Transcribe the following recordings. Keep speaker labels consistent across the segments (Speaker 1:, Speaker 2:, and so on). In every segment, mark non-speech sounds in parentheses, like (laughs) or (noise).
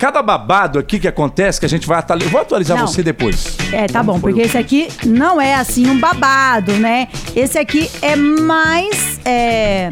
Speaker 1: Cada babado aqui que acontece, que a gente vai atualizar. Vou atualizar
Speaker 2: Não.
Speaker 1: você depois.
Speaker 2: É, tá
Speaker 1: Como
Speaker 2: bom,
Speaker 1: foi o-
Speaker 2: porque esse aqui não é assim um babado, né? Esse aqui é mais. É,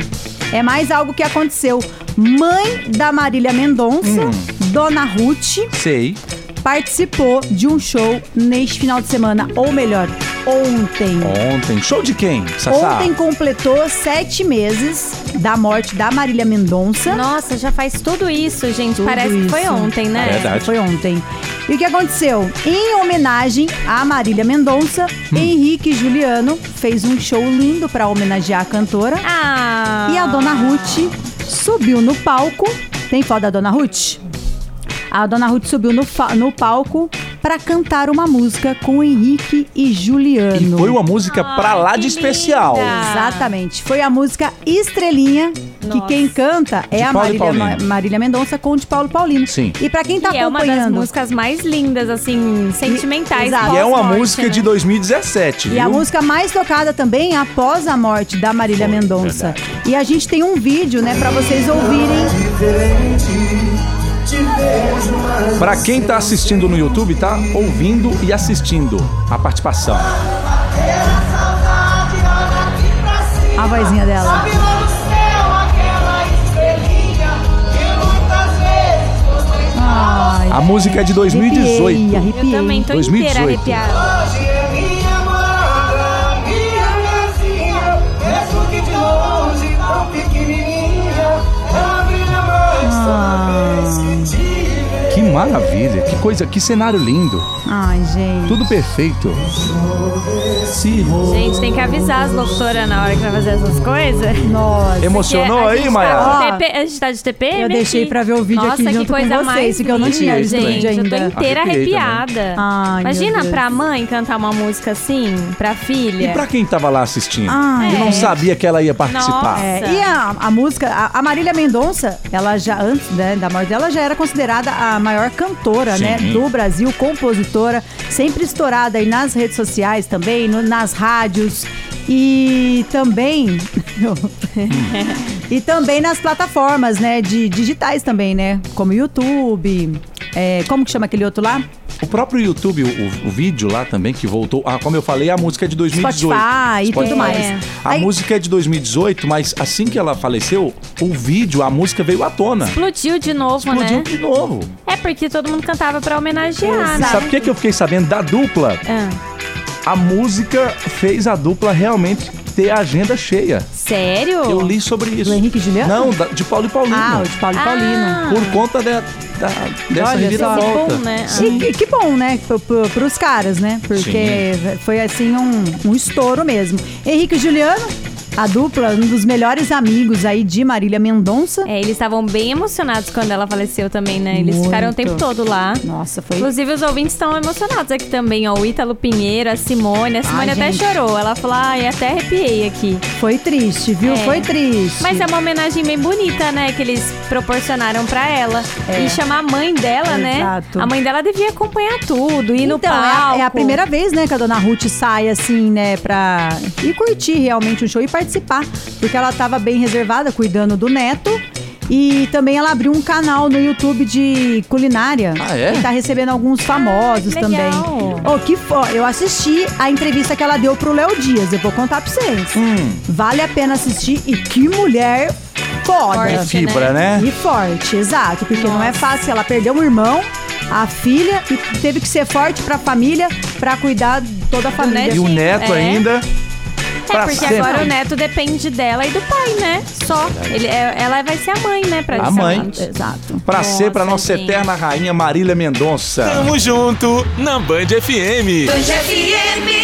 Speaker 2: é mais algo que aconteceu. Mãe da Marília Mendonça, Dona Ruth,
Speaker 1: Sei.
Speaker 2: participou de um show neste final de semana, ou melhor, ontem.
Speaker 1: Ontem. Show de quem, Sassá?
Speaker 2: Ontem completou sete meses da morte da Marília Mendonça.
Speaker 3: Nossa, já faz tudo isso, gente.
Speaker 2: Tudo
Speaker 3: Parece que foi
Speaker 2: isso.
Speaker 3: ontem, né?
Speaker 1: É verdade.
Speaker 2: Foi ontem. E o que aconteceu? Em homenagem à Marília Mendonça,
Speaker 1: Hum.
Speaker 2: Henrique Juliano fez um show lindo pra homenagear a cantora.
Speaker 3: Ah.
Speaker 2: E a Dona Ruth subiu no palco. Tem foto da Dona Ruth? A Dona Ruth subiu no, fa- no palco pra cantar uma música com Henrique e Juliano.
Speaker 1: E foi uma música pra
Speaker 3: Ai,
Speaker 1: lá
Speaker 3: que
Speaker 1: de especial.
Speaker 3: linda.
Speaker 2: Exatamente. Foi a música Estrelinha, que
Speaker 3: Nossa.
Speaker 2: quem canta é
Speaker 1: De
Speaker 2: a
Speaker 1: Paulo e
Speaker 2: Marília,
Speaker 1: Paulino.
Speaker 2: Ma- Marília Mendonça com o de Paulo Paulino.
Speaker 1: Sim.
Speaker 2: E pra quem tá
Speaker 3: que é uma das
Speaker 2: acompanhando.
Speaker 3: músicas mais lindas, assim, sentimentais.
Speaker 2: exato.
Speaker 1: E é uma
Speaker 3: pós-morte,
Speaker 1: música
Speaker 3: né?
Speaker 1: de 2017.
Speaker 2: E a
Speaker 1: viu?
Speaker 2: música mais tocada também é após a morte da Marília
Speaker 1: Foi,
Speaker 2: Mendonça. E a gente tem um vídeo, né, pra vocês ouvirem.
Speaker 1: Pra quem tá assistindo no YouTube, tá ouvindo e assistindo a participação.
Speaker 2: A vozinha dela.
Speaker 4: Sabe lá no céu aquela estrelinha que muitas vezes você
Speaker 2: Ai,
Speaker 1: A música é de 2018.
Speaker 2: Arrepiei,
Speaker 3: Eu
Speaker 2: arrepiei.
Speaker 3: também tô
Speaker 1: 2018.
Speaker 3: inteira arrepiada.
Speaker 4: hoje é minha amada, minha vizinha, mesmo que de longe tão pequenininha, ela brilha mais
Speaker 2: Ah.
Speaker 4: toda vez que te vê.
Speaker 1: Que maravilha, que coisa, que cenário lindo.
Speaker 2: Ai, gente.
Speaker 1: Tudo perfeito. Se ro-
Speaker 3: Gente, tem que avisar as locutoras na hora que vai fazer essas coisas.
Speaker 2: Nossa.
Speaker 1: Emocionou
Speaker 3: Porque a
Speaker 1: aí,
Speaker 3: gente tá
Speaker 1: Maia?
Speaker 3: com TP A gente tá de TPM
Speaker 2: Eu deixei
Speaker 3: aqui.
Speaker 2: pra ver o vídeo
Speaker 3: Nossa,
Speaker 2: aqui
Speaker 3: que
Speaker 2: junto com
Speaker 3: coisa
Speaker 2: vocês,
Speaker 3: mais
Speaker 2: porque eu não tinha
Speaker 3: linda,
Speaker 1: visto
Speaker 3: gente.
Speaker 2: ainda.
Speaker 3: Eu tô inteira
Speaker 1: Arrepiei também.
Speaker 3: arrepiada.
Speaker 2: Ai, meu
Speaker 3: Imagina
Speaker 2: Deus.
Speaker 3: pra mãe cantar uma música assim, pra filha.
Speaker 1: E pra quem tava lá assistindo?
Speaker 2: Ai,
Speaker 1: que não
Speaker 3: é.
Speaker 1: sabia que ela ia participar.
Speaker 3: Nossa.
Speaker 2: É, e a, a música, a, a Marília Mendonça, ela já, antes né, da morte dela, já era considerada a maior cantora,
Speaker 1: Sim.
Speaker 2: né, do Brasil, compositora, sempre estourada aí nas redes sociais também, no- nas rádios e também. (laughs) e também nas plataformas, né, de digitais também, né, como YouTube, é, como que chama aquele outro lá?
Speaker 1: O próprio YouTube, o, o vídeo lá também, que voltou. Ah, como eu falei, a música é de 2018.
Speaker 2: Spotify e tudo
Speaker 3: mais.
Speaker 1: A
Speaker 2: Aí-
Speaker 1: música é de 2018, mas assim que ela faleceu, o vídeo, a música veio à tona.
Speaker 3: Explodiu de novo,
Speaker 1: Explodiu
Speaker 3: né?
Speaker 1: de novo.
Speaker 3: É porque todo mundo cantava pra
Speaker 2: Ah,
Speaker 3: homenagear,
Speaker 1: E
Speaker 3: né?
Speaker 1: sabe o que, que eu fiquei sabendo da dupla?
Speaker 3: Ah,
Speaker 1: A música fez a dupla realmente ter a agenda cheia.
Speaker 3: sério?
Speaker 1: Eu li sobre isso.
Speaker 2: Do Henrique e Juliano?
Speaker 1: Não, da- de Paulo e Paulino.
Speaker 2: Ah, o de Paulo e
Speaker 3: Ah.
Speaker 2: Paulino.
Speaker 1: Por conta de- da- dessa
Speaker 2: Olha, é
Speaker 1: reviravolta.
Speaker 3: esse bom, né?
Speaker 2: E que, que bom, né? pro- pro- Pros caras, né? Porque foi assim um, um estouro mesmo. Henrique e Juliano, a dupla, um dos melhores amigos aí de Marília Mendonça.
Speaker 3: É, eles estavam bem emocionados quando ela faleceu também, né? Eles
Speaker 2: Muito.
Speaker 3: ficaram o tempo todo lá.
Speaker 2: Nossa, foi.
Speaker 3: Inclusive, os ouvintes estão emocionados aqui também, ó. O Ítalo Pinheiro, a Simone. A
Speaker 2: Ai,
Speaker 3: Simone até
Speaker 2: gente.
Speaker 3: chorou. Ela falou, ai, até arrepiei aqui.
Speaker 2: Foi triste, viu?
Speaker 3: É.
Speaker 2: Foi triste.
Speaker 3: Mas é uma homenagem bem bonita, né? Que eles proporcionaram pra ela. E chamar a mãe dela, né?
Speaker 2: É. Exato.
Speaker 3: A mãe dela devia acompanhar tudo, ir no
Speaker 2: então, é a-
Speaker 3: palco.
Speaker 2: É, a, primeira vez, né, que a dona Ruth sai assim, né, pra ir curtir realmente o show e participar. Porque ela tava bem reservada, cuidando do neto. E também ela abriu um canal no YouTube de culinária.
Speaker 1: Ah, é?
Speaker 2: E tá recebendo alguns famosos
Speaker 3: que
Speaker 2: também.
Speaker 3: Ah, legal.
Speaker 2: Oh, que fo... Eu assisti a entrevista que ela deu pro Léo Dias. Eu vou contar pra vocês.
Speaker 1: Hum.
Speaker 2: Vale a pena assistir e que mulher foda.
Speaker 1: É
Speaker 3: Forte,
Speaker 1: fibra, né?
Speaker 2: E forte, exato, porque não é fácil. Ela perdeu um irmão, a filha, e teve que ser forte pra família, pra cuidar de toda a família.
Speaker 1: E o neto
Speaker 3: É.
Speaker 1: ainda.
Speaker 3: É,
Speaker 1: pra
Speaker 3: porque
Speaker 1: sempre.
Speaker 3: agora o neto depende dela e do pai, né? Só. Ele, é- ela vai ser a mãe, né?
Speaker 1: A mãe.
Speaker 3: praticamente.
Speaker 2: Exato.
Speaker 1: Pra ser, pra
Speaker 3: Nossa,
Speaker 1: nossa
Speaker 3: gente.
Speaker 1: eterna rainha Marília Mendonça.
Speaker 5: Tamo junto na Band FM.
Speaker 6: Band FM.